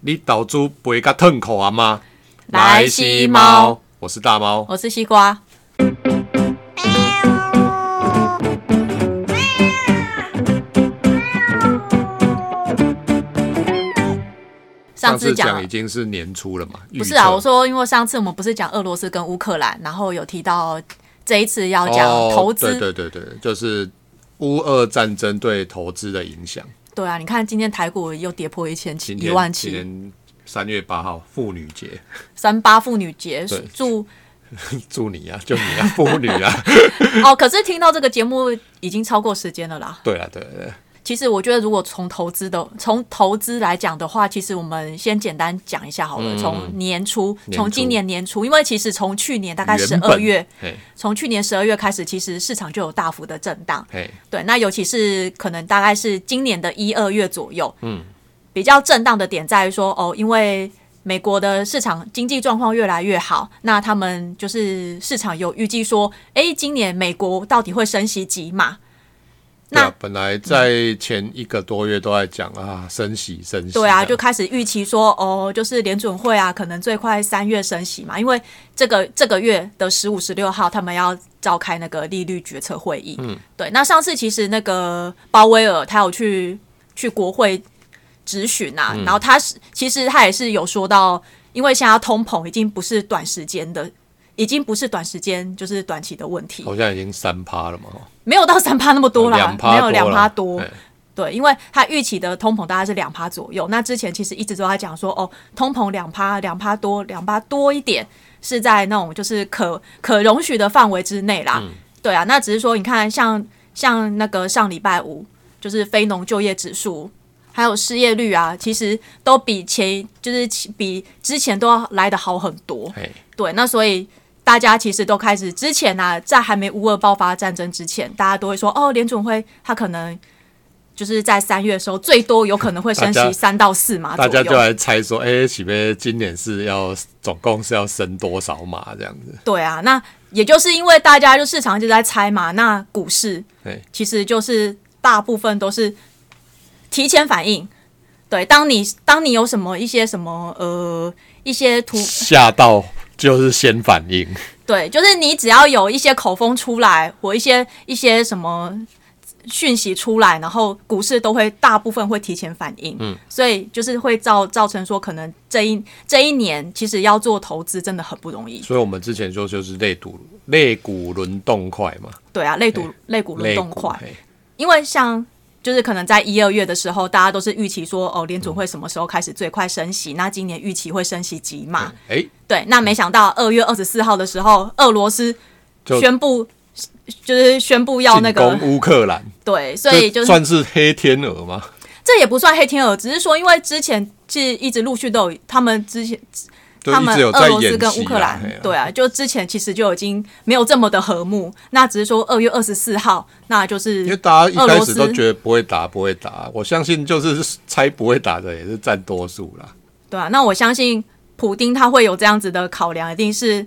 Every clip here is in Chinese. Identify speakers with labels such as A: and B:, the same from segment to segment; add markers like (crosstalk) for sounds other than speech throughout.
A: 你投资赔甲痛苦啊吗？
B: 来西猫，
A: 我是大猫。
B: 我是西瓜。上次讲
A: 讲已经是年初了嘛？
B: 不是啊，
A: 预测
B: 我说因为上次我们不是讲俄罗斯跟乌克兰，然后有提到这一次要讲
A: 哦
B: 投资，
A: 对对对对，就是乌俄战争对投资的影响。
B: 对啊，你看今天台股又跌破一千七
A: 今
B: 一
A: 天
B: 万
A: 嗯今
B: 七，
A: 天三月八号妇女节，
B: 三八妇女节
A: 对
B: 祝
A: 祝你啊，就你啊，妇女
B: (laughs)
A: 啊，
B: 哦，可是听到这个节目已经超过时间了啦。
A: 对啊，对对对，
B: 其实我觉得，如果从投资的从投资来讲的话，其实我们先简单讲一下好了。从、年初，
A: 嗯年初
B: 从今年年初，因为其实从去年大概十
A: 原
B: 二
A: 本
B: 月，，
A: 嘿，
B: 从去年十二月开始，其实市场就有大幅的震荡。
A: 嘿，
B: 对，那尤其是可能大概是今年的一二月左右，嗯，比较震荡的点在于说，哦，因为美国的市场经济状况越来越好，那他们就是市场有预计说，诶，今年美国到底会升息几码？
A: 对
B: 那
A: 啊，本来在前一个多月都在讲啊，升息升息这样，
B: 对啊，就开始预期说，哦，就是联准会啊，可能最快三月升息嘛，因为这个这个月的十五、十六号他们要召开那个利率决策会议。嗯，对。那上次其实那个鲍威尔他有去去国会质询啊，然后他是其实他也是有说到，因为现在通膨已经不是短时间的。已经不是短时间，就是短期的问题，
A: 好像已经三趴了嘛，吼
B: 没有到三趴那么多啦
A: 两，趴哎
B: 没有两
A: 了
B: 趴多，
A: 嘿
B: 对，因为它预期的通膨大概是两趴左右。那之前其实一直都在讲说，哦，通膨两趴、两趴多、两趴多一点，是在那种就是可可容许的范围之内啦。对啊，那只是说，你看像像那个上礼拜五，就是非农就业指数还有失业率啊，其实都比前就是比之前都要来的好很多。
A: 嘿，
B: 对，那所以大家其实都开始之前啊，在还没乌俄爆发战争之前，大家都会说哦，联准会它可能就是在三月的时候，最多有可能会升
A: 大
B: 息
A: 家
B: 三到四码啊左
A: 大
B: 右。
A: 家就来猜说，哎，喜妹今年是要总共是要升多少码这样子？
B: 对啊，那也就是因为大家就市场一直在猜嘛，那股市
A: 嘿，
B: 其实就是大部分都是提前反应。对，当你当你有什么一些什么呃一些突
A: 吓到就是先反应，
B: 对，就是你只要有一些口风出来，或一些一些什么讯息出来，然后股市都会大部分会提前反应，嗯，所以就是会造造成说，可能这一这一年其实要做投资真的很不容易，
A: 所以我们之前说就是类股类股轮动快嘛，
B: 对啊，类股类股轮
A: 类
B: 动
A: 股
B: 快，
A: 嘿
B: 因为像就是可能在一二月的时候，大家都是预期说，哦，联准会什么时候开始最快升息？那今年预期会升息几码？
A: 哎，
B: 对，那没想到二月二十四号的时候，俄罗斯
A: 就
B: 宣布。就是宣布哦要那
A: 进
B: 个
A: 攻乌克兰，
B: 对，所以就
A: 这
B: 是
A: 算是黑天鹅吗？
B: 这也不算黑天鹅，只是说因为之前其实一直陆续都有他们之前
A: 就
B: 他
A: 一
B: 们
A: 直有
B: 俄
A: 在
B: 罗
A: 演
B: 斯跟
A: 习
B: 乌
A: 啦
B: 克兰
A: 嘿啦，
B: 对啊，就之前其实就已经没有这么的和睦，那只是说二月二十四号，那就是
A: 因为大家一
B: 俄
A: 开
B: 罗
A: 始都
B: 斯
A: 觉得不会打，不会打，我相信就是猜不会打的也是占多数啦。
B: 对啊，那我相信普丁他会有这样子的考量，一定是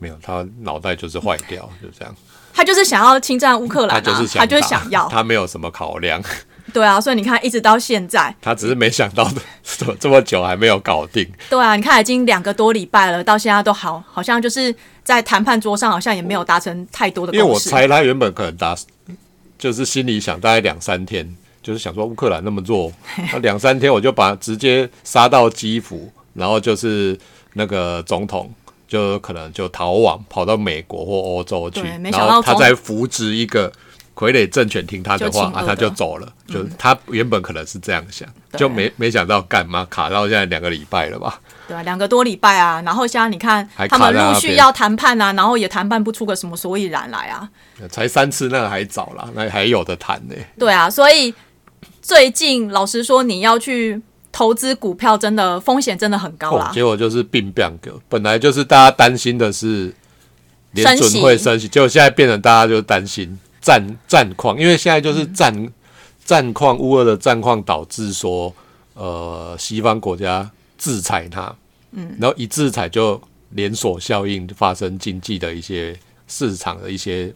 A: 没有，他脑袋就是坏掉，就这样。
B: 他就是想要侵占乌克兰
A: 他
B: 啊，
A: 就是想打，
B: 他就是想要，
A: 他没有什么考量，
B: 对啊，所以你看一直到现在，
A: 他只是没想到怎么这么久还没有搞
B: (laughs)
A: 定。
B: 对啊，你看已经两个多礼拜了，到现在都好好像就是在谈判桌上好像也没有达成太多的
A: 因为
B: 共
A: 我
B: 识，
A: 猜他原本可能打，就是心里想大概两三天，就是想说乌克兰那么弱，那两三天我就把直接杀到基辅，然后就是那个总统。就可能就逃亡跑到美国或欧洲去
B: 对，没想
A: 然
B: 到
A: 后他
B: 总
A: 再扶植一个傀儡政权听他的
B: 就
A: 话
B: 亲俄嗯
A: 啊，
B: 的
A: 他就走了。就他原本可能是这样想，就没没想到干嘛卡到现在两个礼拜了吧？
B: 对啊，两个多礼拜啊，然后现在你看
A: 还
B: 他
A: 卡
B: 们
A: 在那
B: 陆续
A: 边
B: 要谈判啊，然后也谈判不出个什么所以然来啊，
A: 才三次那个还早啦，那还有的谈呢、
B: 对啊，所以最近老实说，你要去投资股票，真的风险真的很高
A: 哦
B: 啦，。
A: 结果就是病变哥，本来就是大家担心的是联
B: 升
A: 准
B: 息
A: 会升息，结果现在变成大家就担心战战况，因为现在就是
B: 嗯
A: 战、战况乌俄的战况导致说，呃，西方国家制裁它，嗯，然后一制裁就连锁效应发生经济的一些市场的一些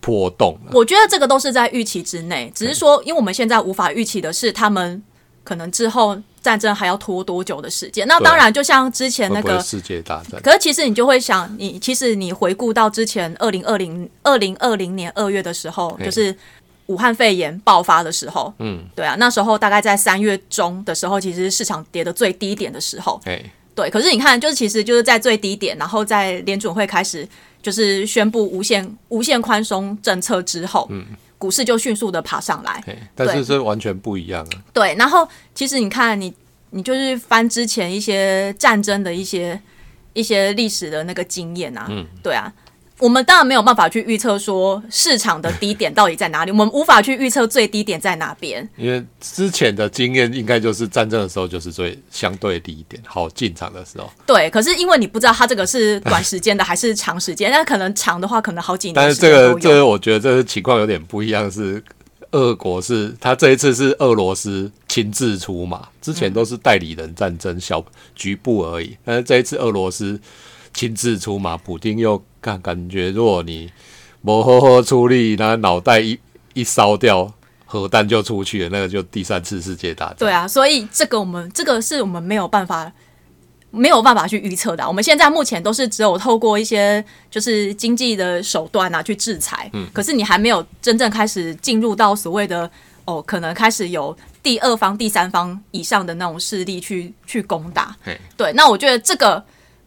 A: 波动了。
B: 我觉得这个都是在预期之内，只是说，因为我们现在无法预期的是他们可能之后战争还要拖多久的时间。那当然，就像之前那
A: 啊会不会
B: 个，
A: 世界大战？
B: 可是其实你就会想，你其实你回顾到之前二零二零二零二零年二月的时候，
A: 嘿
B: 就是武汉肺炎爆发的时候，嗯，对啊，那时候大概在三月中的时候，其实市场跌的最低点的时候，
A: 哎，
B: 对，可是你看，就是其实就是在最低点，然后在联准会开始就是宣布无限无限宽松政策之后，股市就迅速的爬上来。
A: 哎，但是这完全不一样啊。
B: 对，然后其实你看你，你就是翻之前一些战争的一些一些历史的那个经验啊，
A: 嗯
B: 对啊。我们当然没有办法去预测说市场的低点到底在哪里，我们无法去预测最低点在哪边。
A: 因为之前的经验应该就是战争的时候就是最相对低一点，好进场的时候。
B: 对，可是因为你不知道它这个是短时间的还是长时间，那可能长的话可能好几
A: (laughs)
B: 年。啊
A: 但是这个这个我觉得这个情况有点不一样，是俄国是他这一次是俄罗斯亲自出马，之前都是代理人战争小局部而已，但是这一次俄罗斯亲自出马，普丁又感感觉如果你不好好处理，那脑袋一一烧掉，核弹就出去了，那个就第三次世界大战。
B: 对啊，所以这个我们这个是我们没有办法没有办法去预测的啊、我们现在目前都是只有透过一些就是经济的手段啊去制裁，嗯，可是你还没有真正开始进入到所谓的哦，可能开始有第二方、第三方以上的那种势力去去攻打。
A: 嘿，
B: 对，那我觉得这个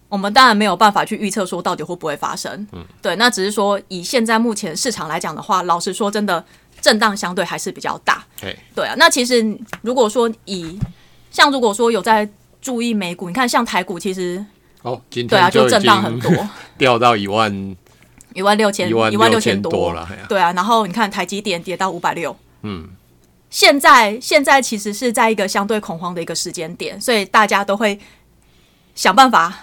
B: 我们当然没有办法去预测说到底会不会发生。嗯，对，那只是说以现在目前市场来讲的话，老实说，真的震荡相对还是比较大。
A: 嘿，
B: 对啊，那其实如果说以像如果说有在注意美股，你看像台股其实
A: 哦，今
B: 对啊
A: 天
B: 就
A: 已
B: 震荡很
A: 经
B: 多，
A: (laughs) 掉到一万
B: 嗯一万六千
A: 一万
B: 六
A: 千
B: 千
A: 多了，嘿啊
B: 对啊，然后你看台积电跌到五百六，嗯，现在现在其实是在一个相对恐慌的一个时间点，所以大家都会想办法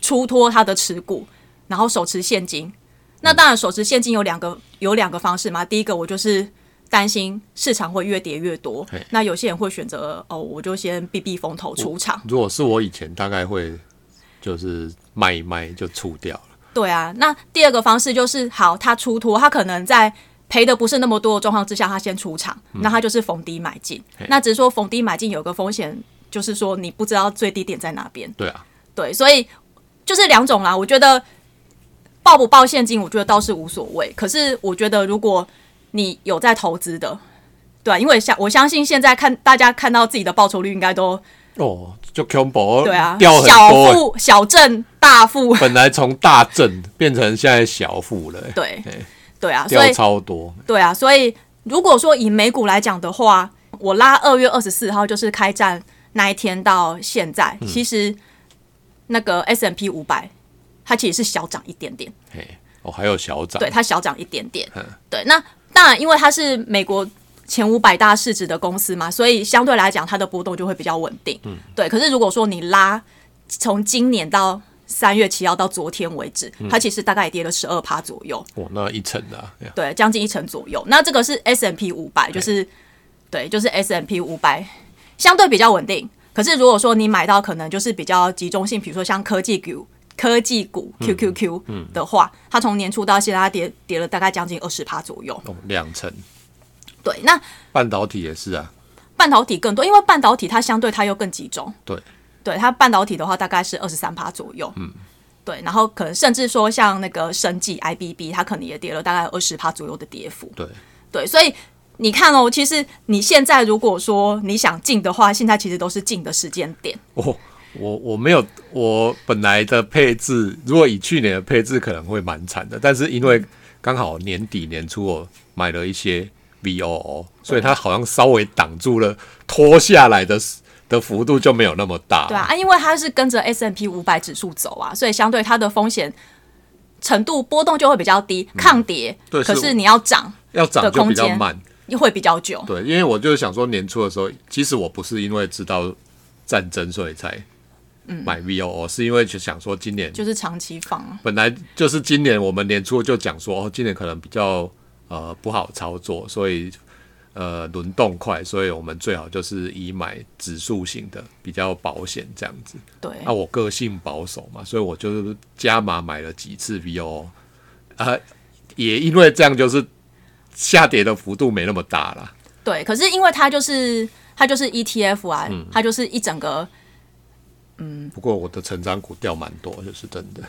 B: 出脱他的持股，然后手持现金。那当然，手持现金有两个有两个方式嘛。第一个，我就是担心市场会越跌越多
A: 嘿，
B: 那有些人会选择哦，我就先避避风头出场。
A: 如果是我以前，大概会就是卖一卖就出掉了。
B: 对啊，那第二个方式就是，好，他出脱，他可能在赔的不是那么多的状况之下，他先出场，
A: 嗯
B: 那他就是逢低买进。那只是说逢低买进有个风险，就是说你不知道最低点在哪边。
A: 对啊，
B: 对，所以就是两种啦。我觉得报不报现金，我觉得倒是无所谓。可是我觉得如果你有在投资的，对啊、因为相我相信现在看大家看到自己的报酬率，应该都
A: 哦，就 combo
B: 对啊，
A: 掉很
B: 小
A: 多欸，
B: 富小挣大富，
A: 本来从大正变成现在小富了欸，
B: 对
A: 对
B: 对啊，所以
A: 掉超多。
B: 对啊，所以如果说以美股来讲的话，我拉二月二十四号就是开战那一天到现在，其实那个 S M P 五百它其实是小涨一点点，
A: 嘿，哦，还有小涨，
B: 对，它小涨一点点
A: 嗯。
B: 对，那当然因为它是美国。前五百大市值的公司嘛，所以相对来讲，它的波动就会比较稳定。嗯，对。可是如果说你拉从今年到三月七号到昨天为止，它其实大概也跌了十二趴左右。
A: 哇，那一层啊，对啊
B: 对，将近一成左右。那这个是 S M P 五百，就是对，就是 S M P 五百，相对比较稳定。可是如果说你买到可能就是比较集中性，比如说像科技股、科技股 QQQ 的话，它从年初到现在它跌跌了大概将近二十趴左右。
A: 哦，两层，
B: 对，那
A: 半导体也是啊，
B: 半导体更多，因为半导体它相对它又更集中。
A: 对，
B: 对它半导体的话，大概是二十三趴左右。嗯，对，然后可能甚至说像那个生技 IBB，它可能也跌了大概二十趴左右的跌幅。
A: 对，
B: 对，所以你看哦，其实你现在如果说你想进的话，现在其实都是进的时间点。
A: (laughs) 我哦我我没有，我本来的配置，如果以去年的配置可能会蛮惨的，但是因
B: 嗯
A: 为刚好年底年初我买了一些 VOO，所以它好像稍微挡住了拖下来的的幅度就没有那么大。
B: 对啊，啊因为它是跟着 S M P 五百指数走啊，所以相对它的风险程度波动就会比较低，抗跌。
A: 嗯对
B: 可
A: 是
B: 是你要涨
A: 要涨
B: 的
A: 就
B: 空
A: 比较
B: 间
A: 慢。
B: 会比较久。
A: 对，因为我就是想说年初的时候，其实我不是因为知道战争所以才
B: 嗯
A: 买 VOO，、是因为就想说今年
B: 就是长期放，
A: 本来就是今年我们年初就讲说，哦，今年可能比较呃不好操作，所以呃轮动快，所以我们最好就是以买指数型的比较保险这样子。
B: 对，
A: 那、啊我个性保守嘛，所以我就是加码买了几次 VO，啊、 (laughs) 也因为这样就是下跌的幅度没那么大啦。
B: 对。可是因为它就是它就是 ETF 啊，
A: 嗯
B: 它就是一整个。
A: 不过我的成长股掉蛮多，就是真的。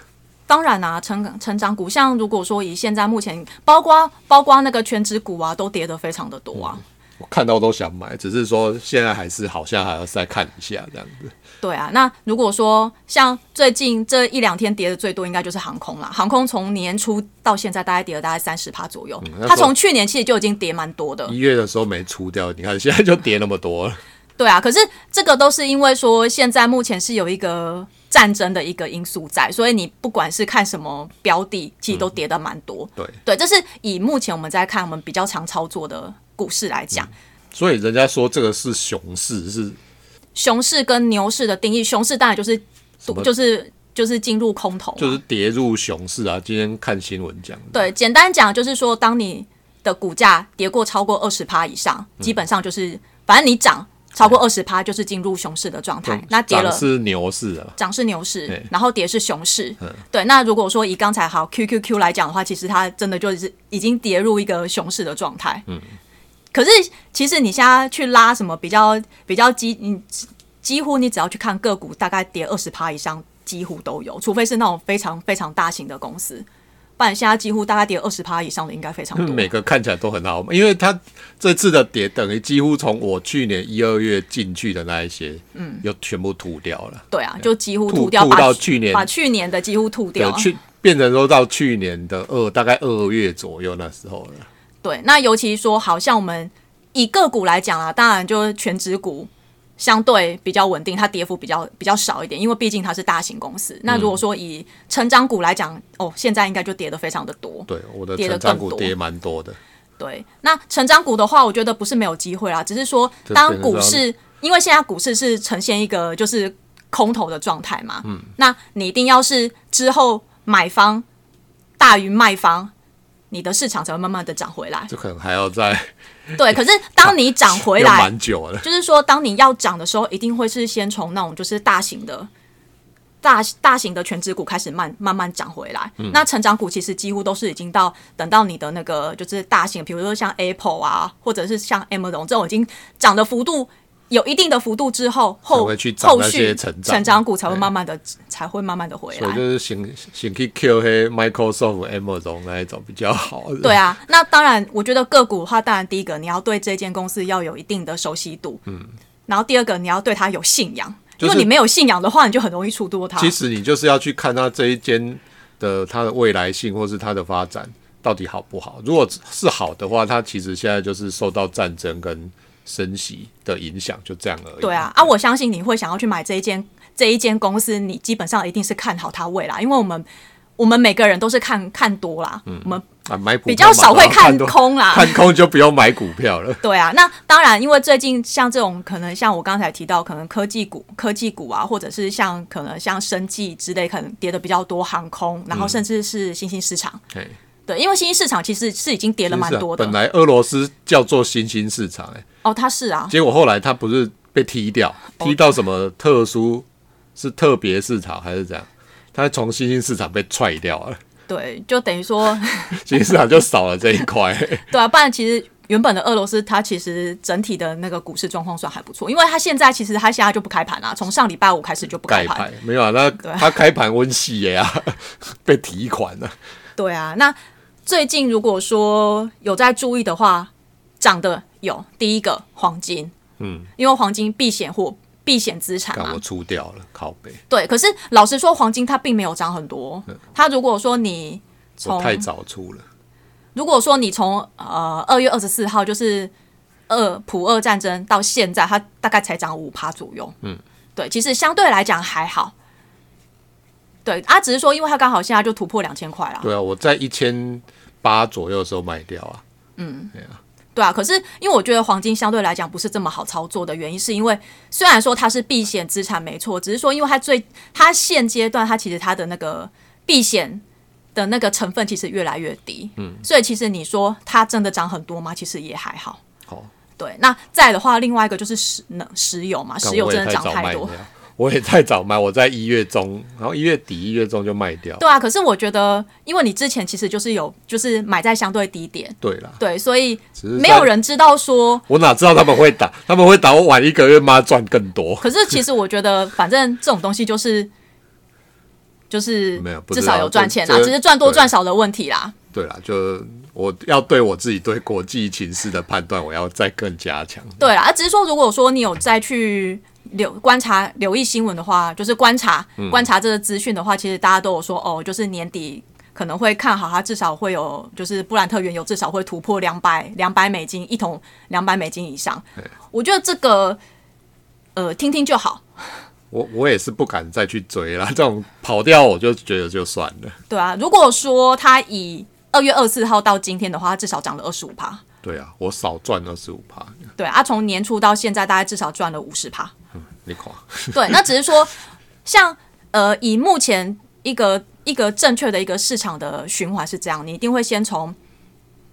B: 当然啊，成成长股，像如果说以现在目前，包括包括那个全指股啊，都跌得非常的多啊。
A: 我看到都想买，只是说现在还是好像还要再看一下这样子。
B: 对啊，那如果说像最近这一两天跌的最多，应该就是航空啦。航空从年初到现在，大概跌了大概三十趴左右。
A: 嗯那时候
B: 它从去年其实就已经跌蛮多的。
A: 一月的时候没出掉，你看现在就跌那么多了。
B: 对啊，可是这个都是因为说现在目前是有一个战争的一个因素在，所以你不管是看什么标的，其实都跌得蛮多。
A: 对，
B: 对，这是以目前我们在看我们比较常操作的股市来讲，
A: 嗯所以人家说这个是熊市，是
B: 熊市跟牛市的定义，熊市当然就是
A: 什么
B: 就是就是进入空头嘛，
A: 就是跌入熊市啊。今天看新闻讲的，
B: 对，简单讲就是说，当你的股价跌过超过二十趴以上，基本上就是反正你涨超过二十趴就是进入熊市的状态，那跌
A: 涨
B: 了。哦
A: 是牛市啊，
B: 涨是牛市
A: 对，嗯
B: 然后跌是熊市。对，那如果说以刚才好 QQQ 来讲的话，其实它真的就是已经跌入一个熊市的状态。嗯，可是其实你现在去拉什么比较比较基，你几乎你只要去看个股，大概跌二十趴以上，几乎都有，除非是那种非常非常大型的公司，不然现在几乎大概跌二十趴以上的应该非常多。
A: 每个看起来都很好，因为它这次的跌等于几乎从我去年一二月进去的那一些，嗯，又全部吐掉了。
B: 对啊，就几乎
A: 吐
B: 吐掉，
A: 吐
B: 把
A: 到去年
B: 把去年的几乎吐掉
A: 对，
B: 啊。
A: 去变成说到去年的二大概二月左右那时候了。
B: 对，那尤其说，好像我们以个股来讲啊，当然就是全指股相对比较稳定，它跌幅比较比较少一点，因为毕竟它是大型公司。那
A: 嗯
B: 如果说以成长股来讲，哦，现在应该就跌得非常的多。
A: 对，我的
B: 跌得
A: 成长
B: 更
A: 股
B: 多
A: 跌蛮多的，
B: 对，那成长股的话，我觉得不是没有机会啦，只是说
A: 这
B: 当
A: 变成
B: 股
A: 这
B: 市，因为现在股市是呈现一个就是空头的状态嘛，嗯，那你一定要是之后买方大于卖方，你的市场才会慢慢的涨回来。
A: 这可能还要再
B: 对，可是当你涨回
A: 要
B: 来，
A: 蛮久了。
B: 就是说，当你要涨的时候，一定会是先从那种就是大型的、大大型的全指股开始慢慢慢涨回来。
A: 嗯
B: 那成长股其实几乎都是已经到等到你的那个就是大型，比如说像 Apple 啊，或者是像 Amazon 这种已经涨的幅度。有一定的幅度之后，
A: 才
B: 后
A: 会去涨
B: 后
A: 那些
B: 续
A: 成长
B: 股才会慢慢的才会慢慢的回
A: 所以
B: 来
A: 就。是先先去 Q 黑 Microsoft、Amazon 那一种比较好的。
B: 对啊，那当然，我觉得个股的话，当然第一个你要对这间公司要有一定的熟悉度，嗯，然后第二个你要对它有信仰，
A: 就是
B: 因为你没有信仰的话，你就很容易出多它。
A: 其实你就是要去看它这一间的它的未来性，或是它的发展到底好不好。如果是好的话，它其实现在就是受到战争跟升息的影响，就这样而已。
B: 对啊，啊，我相信你会想要去买这一间这一间公司，你基本上一定是看好它未来，因为我们我们每个人都是看看多啦，我们
A: 啊，买股票
B: 比较少会
A: 嘛看
B: 看
A: 多
B: 空啊啦，
A: 看空就不用买股票了。
B: 对啊，那当然，因为最近像这种可能像我刚才提到，可能科技股、科技股啊，或者是像可能像生技之类，可能跌的比较多，航空，然后甚至是新兴市场。 (laughs)
A: 嘿啊
B: 对，因为新兴市场其实是已经跌了蛮多
A: 本
B: 的。
A: 来俄罗斯叫做新兴市场、欸，
B: 哦，它是
A: (laughs)
B: 啊，
A: 结果后来它不是被踢掉，
B: 哦
A: 踢到什么特殊是特别市场还是怎样？它从新兴市场被踹掉了， (laughs)
B: 对，就等于说，
A: 新兴市场就少了这一块。
B: 对啊，不然其实。原本的俄罗斯，它其实整体的那个股市状况算还不错，因为它现在其实它现在就不开盘啊啦，从上礼拜五开始 (laughs) 就不
A: 盖
B: 开盘，
A: 牌没有啊？那
B: 啊
A: 他开盘温系耶啊， (laughs) 被提款了、
B: 对啊，那最近如果说有在注意的话，涨的有第一个黄金，嗯，因为黄金避险货、避险资产
A: 看
B: 嘛
A: 我，出掉了，靠背，
B: 对。可是老实说，黄金它并没有涨很多。它如果说你
A: 嗯
B: 从
A: 我太早出了，
B: 如果说你从呃二月二十四号就是二普俄战争到现在，它大概才涨五趴左右。嗯，对，其实相对来讲还好。对，啊，只是说，因为它刚好现在就突破两千块了。
A: 对啊，我在一千八左右的时候卖掉啊，
B: 对啊，可是因为我觉得黄金相对来讲不是这么好操作的原因，是因为虽然说它是避险资产没错，只是说因为它最它现阶段它其实它的那个避险的那个成分其实越来越低，嗯，所以其实你说它真的涨很多吗？其实也还好。
A: 好、
B: 对，那再的话，另外一个就是石能石油嘛，
A: 但
B: 石油
A: 我也
B: 真的涨
A: 早卖
B: 多
A: 掉，，我也太早买，我在一月中，然后一月底一月中就卖掉。
B: 对啊，可是我觉得，因为你之前其实就是有就是买在相对低点，
A: 对啦，
B: 对，所以
A: 只是在
B: 没有，人知道说。
A: 我哪知道他们会打？他们会打我晚一个月，妈赚更多。
B: 可是其实我觉得，反正这种东西就是就是
A: 没有不
B: 至
A: 知道
B: 少有赚钱啦，啊
A: 这
B: 只是赚多
A: 对
B: 赚少的问题啦。
A: 对啦，就我要对我自己对国际情势的判断，我要再更加强。
B: 对啦，啊只是说如果说你有再去留观察、留意新闻的话，就是观察、
A: 嗯
B: 观察这个资讯的话，其实大家都有说哦，就是年底可能会看好它，至少会有就是布兰特原油至少会突破两百两百美金一桶，两百美金以上。我觉得这个呃听听就好，
A: 我我也是不敢再去追啦， (laughs) 这种跑掉我就觉得就算了。
B: 对啊。如果说它以二月二四号到今天的话，它至少涨了二十五趴，
A: 对啊，我少赚二十五趴，
B: 对啊，从年初到现在大概至少赚了五十趴。
A: 你垮。
B: 对，那只是说，像呃，以目前一个一个正确的一个市场的循环是这样，你一定会先从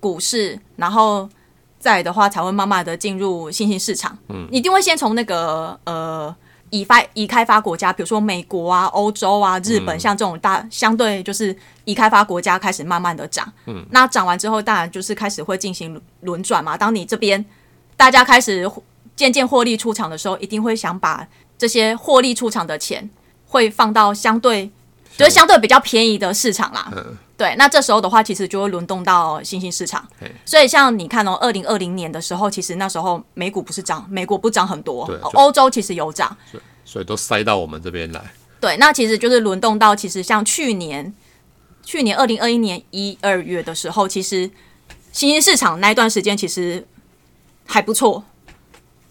B: 股市，然后再来的话才会慢慢的进入新兴市场。嗯，你一定会先从那个呃。已发已开发国家，比如说美国啊、欧洲啊、日
A: 嗯
B: 本，像这种大相对就是已开发国家开始慢慢的涨，嗯，那涨完之后，当然就是开始会进行轮轮转嘛。当你这边大家开始渐渐获利出场的时候，一定会想把这些获利出场的钱会放到相对就是相对比较便宜的市场啦。
A: 嗯
B: 对，那这时候的话，其实就会轮动到新兴市场
A: 嘿。
B: 所以像你看哦，二零二零年的时候，其实那时候美股不是涨，美国不涨很多
A: 对，啊
B: 哦
A: 就
B: 欧洲其实有涨。
A: 所以都塞到我们这边来。
B: 对，那其实就是轮动到，其实像去年，去年二零二一年一二月的时候，其实新兴市场那一段时间其实还不错。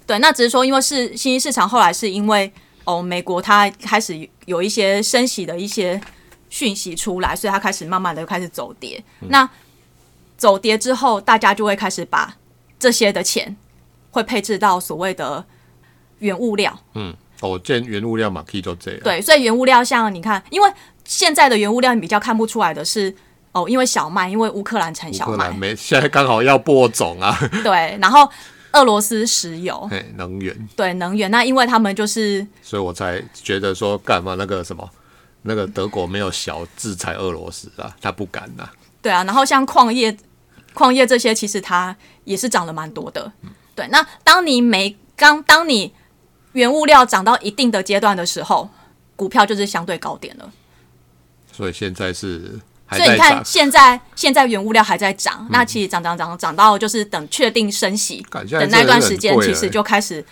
B: 对，那只是说，因为是新兴市场，后来是因为哦，美国它开始有一些升息的一些讯息出来，所以它开始慢慢的开始走跌。那走跌之后，大家就会开始把这些的钱会配置到所谓的原物料。
A: 哦，我见原物料嘛，key 就这样。，
B: 对，所以原物料像你看，因为现在的原物料你比较看不出来的是哦，因为小麦，因为乌克兰产
A: 乌
B: 小
A: 克
B: 麦
A: 兰，没，现在刚好要播种啊， (laughs)
B: 对，然后俄罗斯石油，
A: 嘿，能源，
B: (laughs) 对能源，那因为他们就是
A: 所以我才觉得说干嘛那个什么，那个德国没有小制裁俄罗斯啊，他不敢呐、
B: 对啊，然后像矿业、矿业这些，其实它也是涨了蛮多的。对，那当你每刚当你原物料涨到一定的阶段的时候，股票就是相对高点了。
A: 所以现在是还
B: 所以
A: 在
B: 你看，
A: 涨。嗯
B: 现在现在原物料还在涨，那其实涨涨涨涨到就是等确定升息
A: 感觉
B: 的
A: 现在
B: 那段
A: 真的很
B: 时间，
A: 贵
B: 其
A: 了
B: 实就开始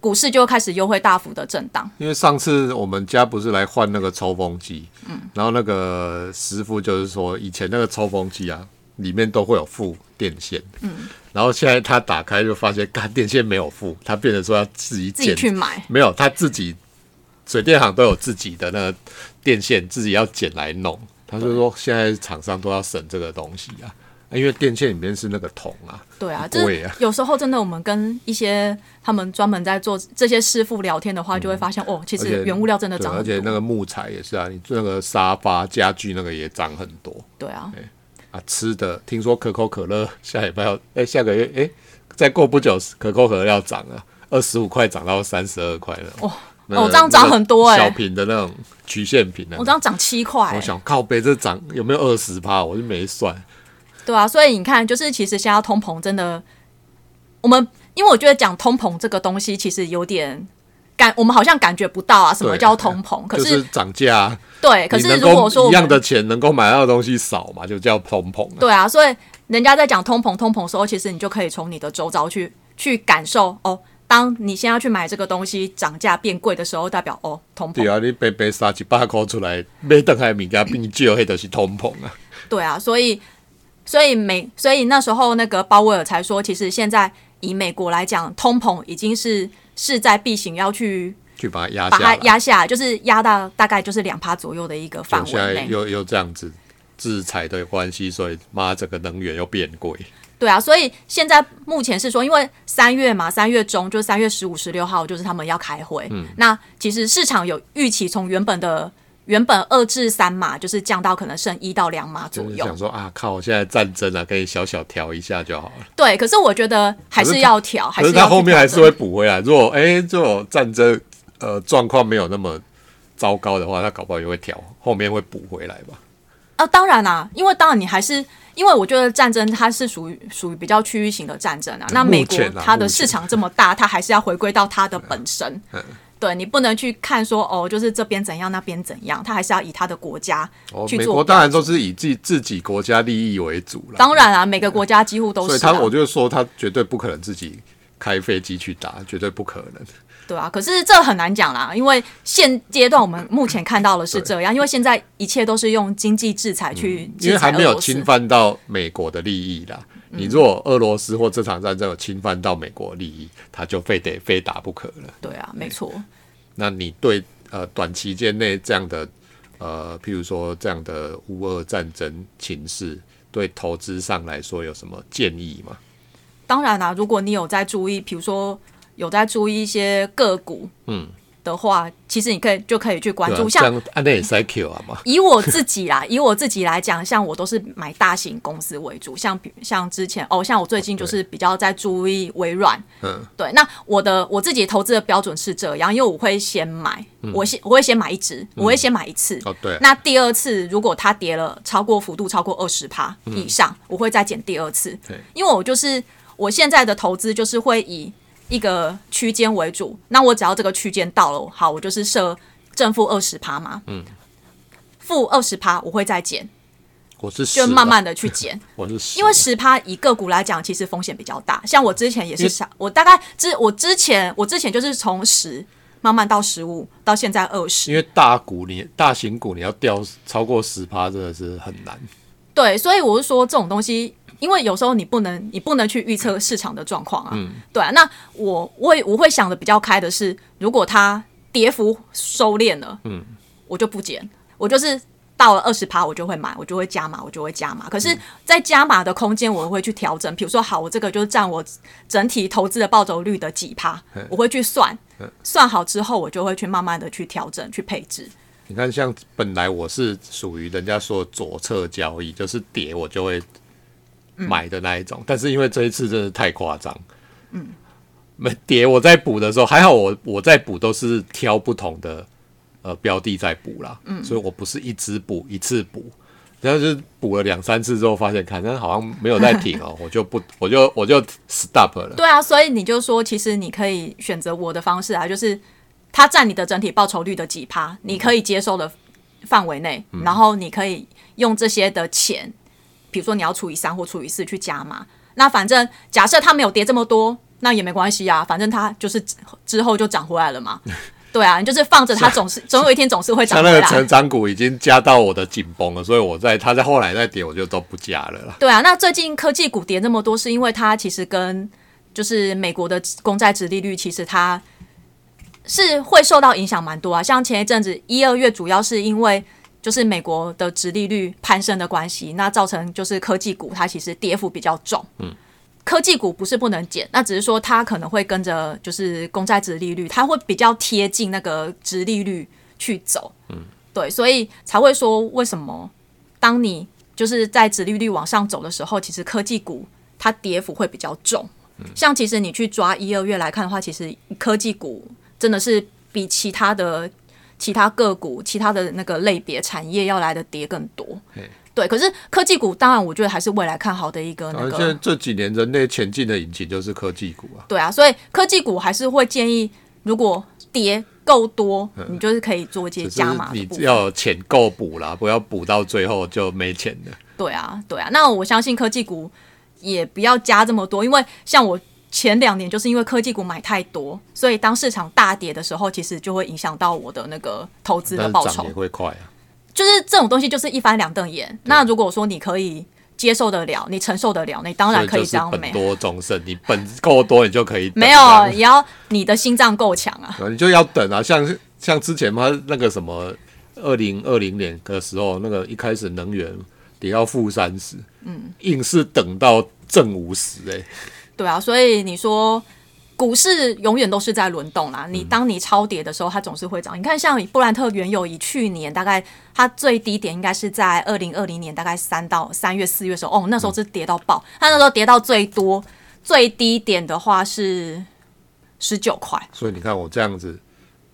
B: 股市就开始又会大幅的震荡。
A: 因为上次我们家不是来换那个抽风机，然后那个师傅就是说，以前那个抽风机啊，里面都会有附电线，然后现在他打开就发现，干电线没有附，他变成说要自己
B: 自己
A: 剪
B: 去
A: (laughs)
B: 买，
A: 没有，他自己水电行都有自己的那个电线，自己要剪来弄。他就说现在厂商都要省这个东西啊，因为电线里面是那个铜啊，
B: 对啊，这
A: 贵啊
B: 有时候真的，我们跟一些他们专门在做这些师傅聊天的话，就会发现、哦，
A: 嗯
B: 其
A: 而
B: 实
A: 且
B: 原物料真的涨
A: 对
B: 很
A: 而且
B: 多。
A: 那个木材也是啊，你那个沙发、家具那个也涨很多
B: 对啊，
A: 啊。吃的，听说可口可乐 (laughs) 下礼拜要，哎、下个月，哎、再过不久可口可乐要涨啊，二十五块涨到三十二块了。
B: 哦
A: 那个
B: 哦这样涨很多哎
A: 那个小瓶的那种曲线瓶的、
B: 我这样涨七块、
A: 我想靠背这涨有没有二十趴，我就没算。
B: 对啊，所以你看，就是其实现在通膨真的，我们因为我觉得讲通膨这个东西，其实有点感，我们好像感觉不到啊，什么
A: 对
B: 叫通膨？可、
A: 就是是涨价啊，
B: 对，可
A: 你
B: 是
A: 能
B: 如果说
A: 够
B: 我
A: 一样的
B: 们
A: 钱能够买到的东西少嘛，就叫通膨啊。
B: 对啊，所以人家在讲通膨通膨的时候，其实你就可以从你的周遭去去感受哦。当你现在要去买这个东西涨价变贵的时候，代表哦通膨
A: 对啊，你白白杀一百块出来，买等还物件变少，迄就是通膨啊。
B: 对啊，所以所以美所以那时候那个鲍威尔才说，其实现在以美国来讲，通膨已经是势在必行，要去
A: 去把它压
B: 把
A: 下
B: 它
A: 来。
B: 压下来，就是压到大概就是两趴左右的一个范
A: 就现
B: 围
A: 在
B: 内。
A: 又又这样子制裁的关系，所以妈整个能源又变贵。
B: 对啊，所以现在目前是说，因为三月嘛，三月中就是三月十五、十六号，就是他们要开会。
A: 嗯
B: 那其实市场有预期从原本的原本二至三码，就是降到可能剩一到两码左
A: 就是
B: 右
A: 想。说啊，靠！现在战争啊，可以小小调一下就好了。
B: 对，可是我觉得还
A: 可是
B: 是
A: 它
B: 要调，还
A: 可是
B: 要
A: 它
B: 去
A: 后面
B: 调
A: 还
B: 整
A: 是会补回来。如果哎，这、种战争呃状况没有那么糟糕的话，它搞不好也会调，后面会补回来吧。
B: 啊，当然啦、因为当然你还是因为我觉得战争它是属于属于比较区域型的战争啊。那美国
A: 目前啊
B: 它的
A: 目前嗯
B: 市场这么大，它还是要回归到它的本身。对你不能去看说哦，就是这边怎样那边怎样，它还是要以它的国家
A: 哦，
B: 去
A: 美
B: 做。
A: 国当然都是以自己自己国家利益为主了，
B: 当然啊，每个国家几乎都是、啊。
A: 所以他我就说他绝对不可能自己开飞机去打，绝对不可能。
B: 对啊，可是这很难讲啦，因为现阶段我们目前看到的是这样，因为现在一切都是用经济制裁去
A: 嗯因
B: 制
A: 为
B: 裁
A: 还
B: 俄
A: 没
B: 罗
A: 有
B: 斯嗯
A: 侵。犯到美国的利益啦。你如果俄罗斯或这场战争有侵犯到美国利益，他就非得非打不可了。
B: 对啊，没错，
A: 那你对呃短期间内这样的呃，譬如说这样的乌俄战争情势，对投资上来说有什么建议吗？
B: 当然啦、如果你有在注意，比如说有在注意一些个股，嗯，的话，其实你可以就可以去关
A: 对
B: 注，
A: 啊，这
B: 像
A: 样啊，那也塞 Q 啊嘛。
B: 以我自己啦， (laughs) 以我自己来讲，像我都是买大型公司为主，像比像之前哦，像我最近就是比较在注意微软，
A: 嗯，
B: 对。那我的我自己投资的标准是这样，因为我会先买，我先我会先买一只，我会先买一次。
A: 嗯哦，对啊，
B: 那第二次如果它跌了超过幅度超过二十趴
A: 嗯
B: 以上，我会再减第二次
A: 对，
B: 因为我就是我现在的投资就是会以一个区间为主，那我只要这个区间到了，好，我就是设正负二十趴嘛，嗯，负二十趴我会再减，
A: 我是
B: 就
A: 死
B: 慢
A: 啊，
B: 慢的去减，
A: 我是死
B: 因为十趴以个股来讲，其实风险比较大。像我之前也是想，我大概之我之前我之前就是从十慢慢到十五，到现在二十
A: 因，为大股你大型股你要掉超过十趴真的是很难。
B: 对，所以我是说这种东西，因为有时候你不能，你不能去预测市场的状况啊。对啊，那我我也我会想的比较开的是，如果它跌幅收敛了，嗯，我就不减，我就是。到了二十趴，我就会买，我就会加码，我就会加码。可是，在加码的空间，我会去调整。比如说，好，我这个就是占我整体投资的报酬率的几趴，我会去算，算好之后，我就会去慢慢的去调整、去配置。
A: 你看，像本来我是属于人家说的左侧交易，就是跌我就会买的那一种，但是因为这一次真的太夸张，嗯，没跌我在补的时候还好我，我在补都是挑不同的呃标的在补啦，嗯，所以我不是一直补一次补，然后就是补了两三次之后发现，看那好像没有在停 (laughs) 哦，我就不我就我就 stop 了，
B: 对啊，所以你就说，其实你可以选择我的方式啊，就是它占你的整体报酬率的几
A: 嗯
B: 趴，你可以接受的范围内，然后你可以用这些的钱，比如说你要除以三或除以四去加嘛。那反正假设它没有跌这么多，那也没关系啊，反正它就是之之后就涨回来
A: (laughs)
B: 了嘛。对啊，你就是放着它，总是总有一天总是会涨
A: 像
B: 回
A: 那
B: 来
A: 个。成长股已经加到我的紧绷了，所以我在它在后来再跌我就都不加了啦。
B: 对啊，那最近科技股跌那么多，是因为它其实跟就是美国的公债值利率，其实它是会受到影响蛮多啊。像前一阵子一二月，主要是因为就是美国的值利率攀升的关系，那造成就是科技股它其实跌幅比较重。嗯，科技股不是不能减，那只是说它可能会跟着就是公债值利率，它会比较贴近那个值利率去走。嗯，对，所以才会说为什么当你就是在殖利率往上走的时候，其实科技股它跌幅会比较重。像其实你去抓一二月来看的话，其实科技股真的是比其他的其他个股、其他的那个类别产业要来的跌更多
A: 嘿。
B: 对，可是科技股当然我觉得还是未来看好的一个那
A: 而
B: 个。
A: 且啊这几年人类前进的引擎就是科技股啊，
B: 对啊，所以科技股还是会建议，如果跌够多，你就是可以做一些
A: 只嗯是
B: 加码的
A: 你
B: 部分。
A: 要有钱够补啦，不要补到最后就没钱了。
B: 对啊，对啊。那我相信科技股也不要加这么多，因为像我前两年就是因为科技股买太多，所以当市场大跌的时候，其实就会影响到我的那个投资
A: 但
B: 的
A: 是
B: 报
A: 涨
B: 酬
A: 也。会快啊，
B: 就是这种东西就是一翻两瞪眼。那如果说你可以接受得了，你承受得了，你当然可
A: 所
B: 以
A: 以就
B: 这
A: 是
B: 样
A: 本
B: 买。
A: 多终身，你本够多你就可以等
B: 没
A: 这
B: 有，啊
A: 样
B: 也要你的心脏够强啊。
A: 你就要等啊，像像之前嘛那个什么二零二零年的时候，那个一开始能源跌到负三十，嗯，硬是等到正五十哎，
B: 对啊，所以你说股市永远都是在轮动啦。你当你超跌的时候，它总是会涨。你看，像布兰特原油，以去年大概它最低点应该是在二零二零年大概三到三月、四月的时候，哦，那时候是跌到爆，它那时候跌到最多最低点的话是十九块。
A: 所以你看我这样子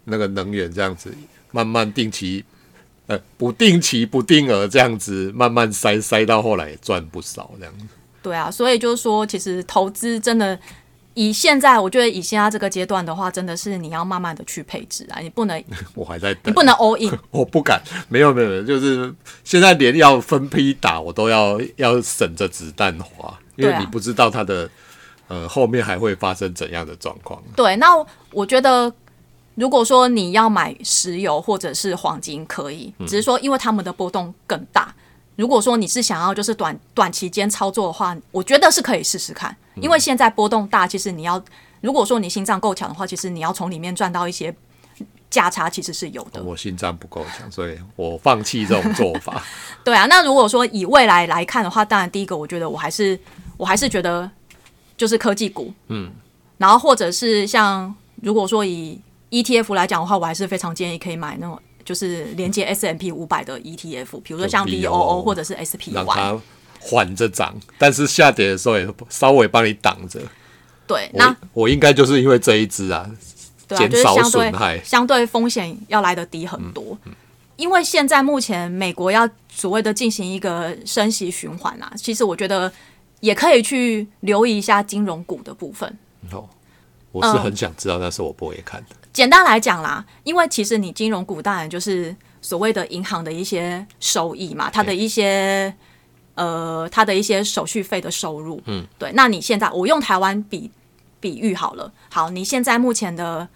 A: 那个能源这样子，慢慢定期，呃，不定期不定额这样子慢慢塞塞到后来也赚不少这样子。
B: 对啊，所以就是说，其实投资真的以现在，我觉得以现在这个阶段的话，真的是你要慢慢的去配置啊，你不能
A: 我还在
B: 你
A: 等，
B: 不能 all in，
A: 我不敢，没有没有没有，就是现在连要分批打我都要要省着子弹花，因
B: 对
A: 为
B: 啊
A: 你不知道它的、呃后面还会发生怎样的状况。
B: 对，那我觉得，如果说你要买石油或者是黄金，可以，只是说因为它们的波动更大。如果说你是想要就是短短期间操作的话，我觉得是可以试试看，因为现在波动大，其实你要如果说你心脏够强的话，其实你要从里面赚到一些价差，其实是有的。
A: 我心脏不够强，所以我放弃这种做
B: (laughs)
A: 法。
B: 对啊，那如果说以未来来看的话，当然第一个，我觉得我还是我还是觉得就是科技股，嗯，然后或者是像如果说以 ETF 来讲的话，我还是非常建议可以买那种就是连接 S M P 五百的 ETF，比如说像
A: 就
B: VOO
A: VOO
B: 或者是 SPY，
A: 让它缓着涨，但是下跌的时候也稍微帮你挡着。
B: 对，那
A: 我我应该就是因为这一只啊，
B: 对啊，
A: 减
B: 就是
A: 少
B: 相
A: 损
B: 对
A: 害嗯
B: 相对风险要来得低很多。因为现在目前美国要所谓的进行一个升息循环啊，其实我觉得也可以去留意一下金融股的部分。
A: 哦，我
B: 嗯
A: 是很想知道，但是我不会看。
B: 简单来讲啦，因为其实你金融股当然就是所谓的银行的一些收益嘛，它的一些呃，它的一些手续费的收入，嗯，对。那你现在我用台湾比比喻好了，好，你现在目前的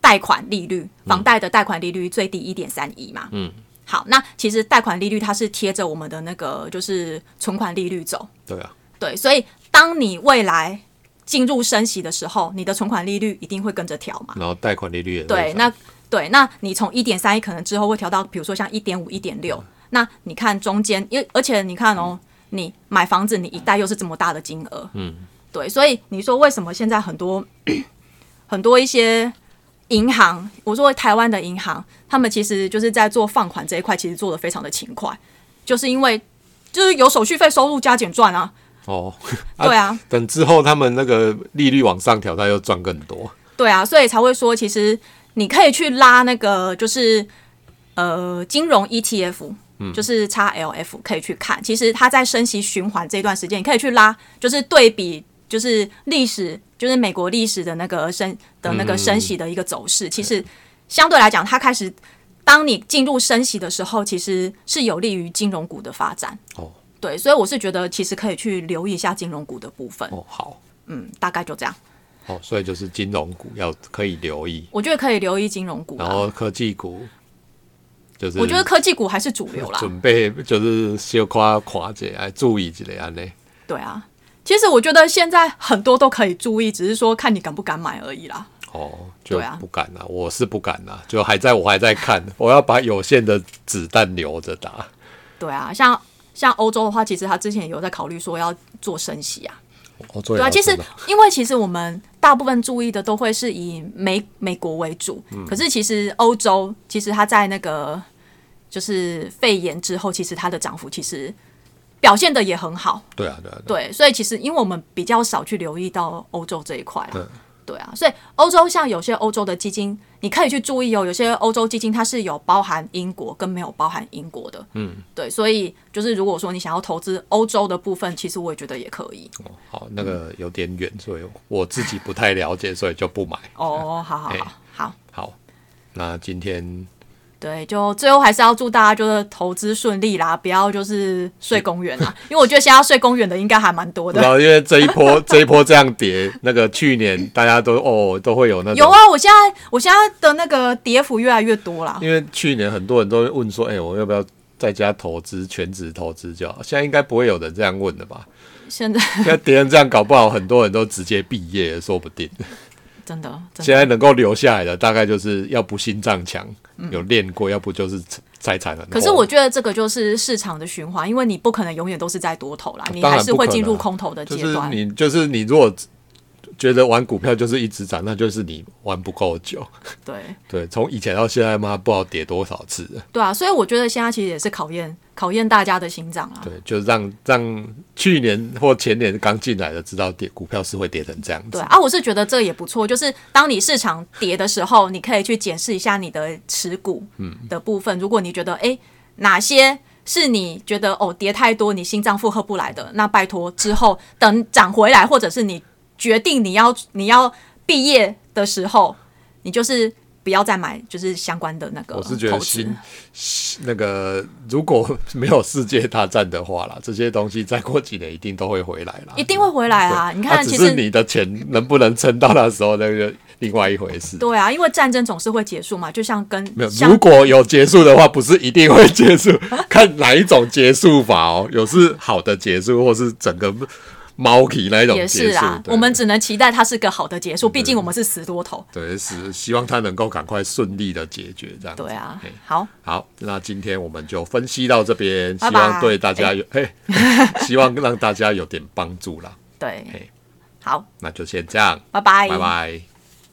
B: 贷款利率，房贷的贷款利率最低一点三一嘛，嗯。好，那其实贷款利率它是贴着我们的那个就是存款利率走，
A: 对啊，
B: 对，所以当你未来进入升息的时候，你的存款利率一定会跟着调嘛。
A: 然后贷款利率也
B: 对，那对，那你从一点三一可能之后会调到，比如说像一点五、一点六。那你看中间，因为而且你看哦，你买房子你一贷又是这么大的金额，嗯，对，所以你说为什么现在很多很多一些银行，我说台湾的银行，他们其实就是在做放款这一块，其实做的非常的勤快，就是因为就是有手续费收入加减赚啊，
A: 哦，
B: 对啊，
A: 等之后他们那个利率往上调，他又赚更多。
B: 对啊，所以才会说，其实你可以去拉那个，就是呃，金融 ETF，、就是
A: 嗯
B: XLF 可以去看。其实它在升息循环这段时间，你可以去拉，就是对比，就是历史，就是美国历史的那个升的那个
A: 嗯
B: 升息的一个走势。其实相对来讲，它开始当你进入升息的时候，其实是有利于金融股的发展。
A: 哦
B: 对，所以我是觉得其实可以去留意一下金融股的部分。
A: 哦，好
B: 嗯，大概就这样，
A: 哦，所以就是金融股要可以留意，
B: 我觉得可以留意金融股、啊。
A: 然后科技股就是
B: 我觉得科技股还是主
A: (laughs)
B: 流啦。
A: 准备就是小夸垮姐来注意一下安内。
B: 对啊，其实我觉得现在很多都可以注意，只是说看你敢不敢买而已啦。
A: 哦，就
B: 对啊
A: 不敢了、我是不敢了、就还在我还在看，我要把有限的子弹留着打。
B: 对啊，像像欧洲的话，其实他之前有在考虑说要做升息啊。
A: 哦，对
B: 对啊，其实因为其实我们大部分注意的都会是以美美国为主，可是其实欧洲其实它在那个就是肺炎之后，其实它的涨幅其实表现的也很好。
A: 对啊，对啊，对啊
B: 对，所以其实因为我们比较少去留意到欧洲这一块啊
A: 对，
B: 对啊，所以欧洲像有些欧洲的基金，你可以去注意哦，有些欧洲基金它是有包含英国跟没有包含英国的，嗯，对，所以就是如果说你想要投资欧洲的部分，其实我也觉得也可以。
A: 哦好，那个有点远，所以我自己不太了解，所以就不买。
B: 哦，好好好
A: 哎
B: 好，
A: 好，那今天
B: 对，就最后还是要祝大家就是投资顺利啦，不要就是睡公园啦，因为我觉得现在要睡公园的应该还蛮多的。
A: 然后因为这一波 (laughs) 这一波这样跌，那个去年大家都哦都会有那种，
B: 有啊，我现在我现在的那个跌幅越来越多啦。
A: 因为去年很多人都会问说，哎、我要不要在家投资全职投资就好？现在应该不会有人这样问的吧？
B: 现在 (laughs)
A: 现在别人这样搞不好，很多人都直接毕业了，说不定。
B: (laughs) 真的真的
A: 现在能够留下来的，大概就是要不心脏强，有练过，要不就是财产很厚。
B: 可是我觉得这个就是市场的循环，因为你不可能永远都是在多头啦，你
A: 当
B: 还
A: 然
B: 是
A: 不可
B: 会
A: 能
B: 进入空头的
A: 就
B: 阶
A: 是
B: 段。
A: 你，就是你，如果觉得玩股票就是一直涨，那就是你玩不够久。
B: 对
A: 对，从以前到现在嘛，不知道跌多少次了。
B: 对啊，所以我觉得现在其实也是考验考验大家的心脏啊。
A: 对，就让让去年或前年刚进来的知道跌股票是会跌成这样子。
B: 对啊，我是觉得这也不错，就是当你市场跌的时候，你可以去检视一下你的持股
A: 嗯
B: 的部分。如果你觉得诶哪些是你觉得哦跌太多，你心脏负荷不来的，那拜托之后等涨回来，或者是你决定你要你要毕业的时候，你就是不要再买就是相关的那嗯个投
A: 我
B: 资。
A: 是觉得啊新那个如果 (laughs) 没有世界大战的话啦，这些东西再过几年一定都会回来啦。
B: 一定会回来啊！你
A: 啊
B: 看，
A: 只
B: 其
A: 是
B: 实
A: 你的钱能不能撑到那时候，那个另外一回事。
B: 对啊，因为战争总是会结束嘛，就像跟
A: 没有，
B: 像
A: 如果有结束的话，不是一定会结束， (laughs) 看哪一种结束法哦。有是好的结束，或是整个猫皮那一种
B: 也
A: 结
B: 是
A: 束
B: 啊。。
A: 对嗯
B: 我们只能期待它是个好的结束，毕竟我们是死多头。
A: 对是希望它能够赶快顺利的解决这样子。
B: 对啊
A: 嘿，
B: 好，
A: 好，那今天我们就分析到这边，希
B: 拜拜
A: 望对大家
B: (laughs)
A: 有嘿，希望让大家有点帮助啦。
B: 对
A: 嘿，
B: 好，
A: 那就先这样，
B: 拜拜，
A: 拜拜。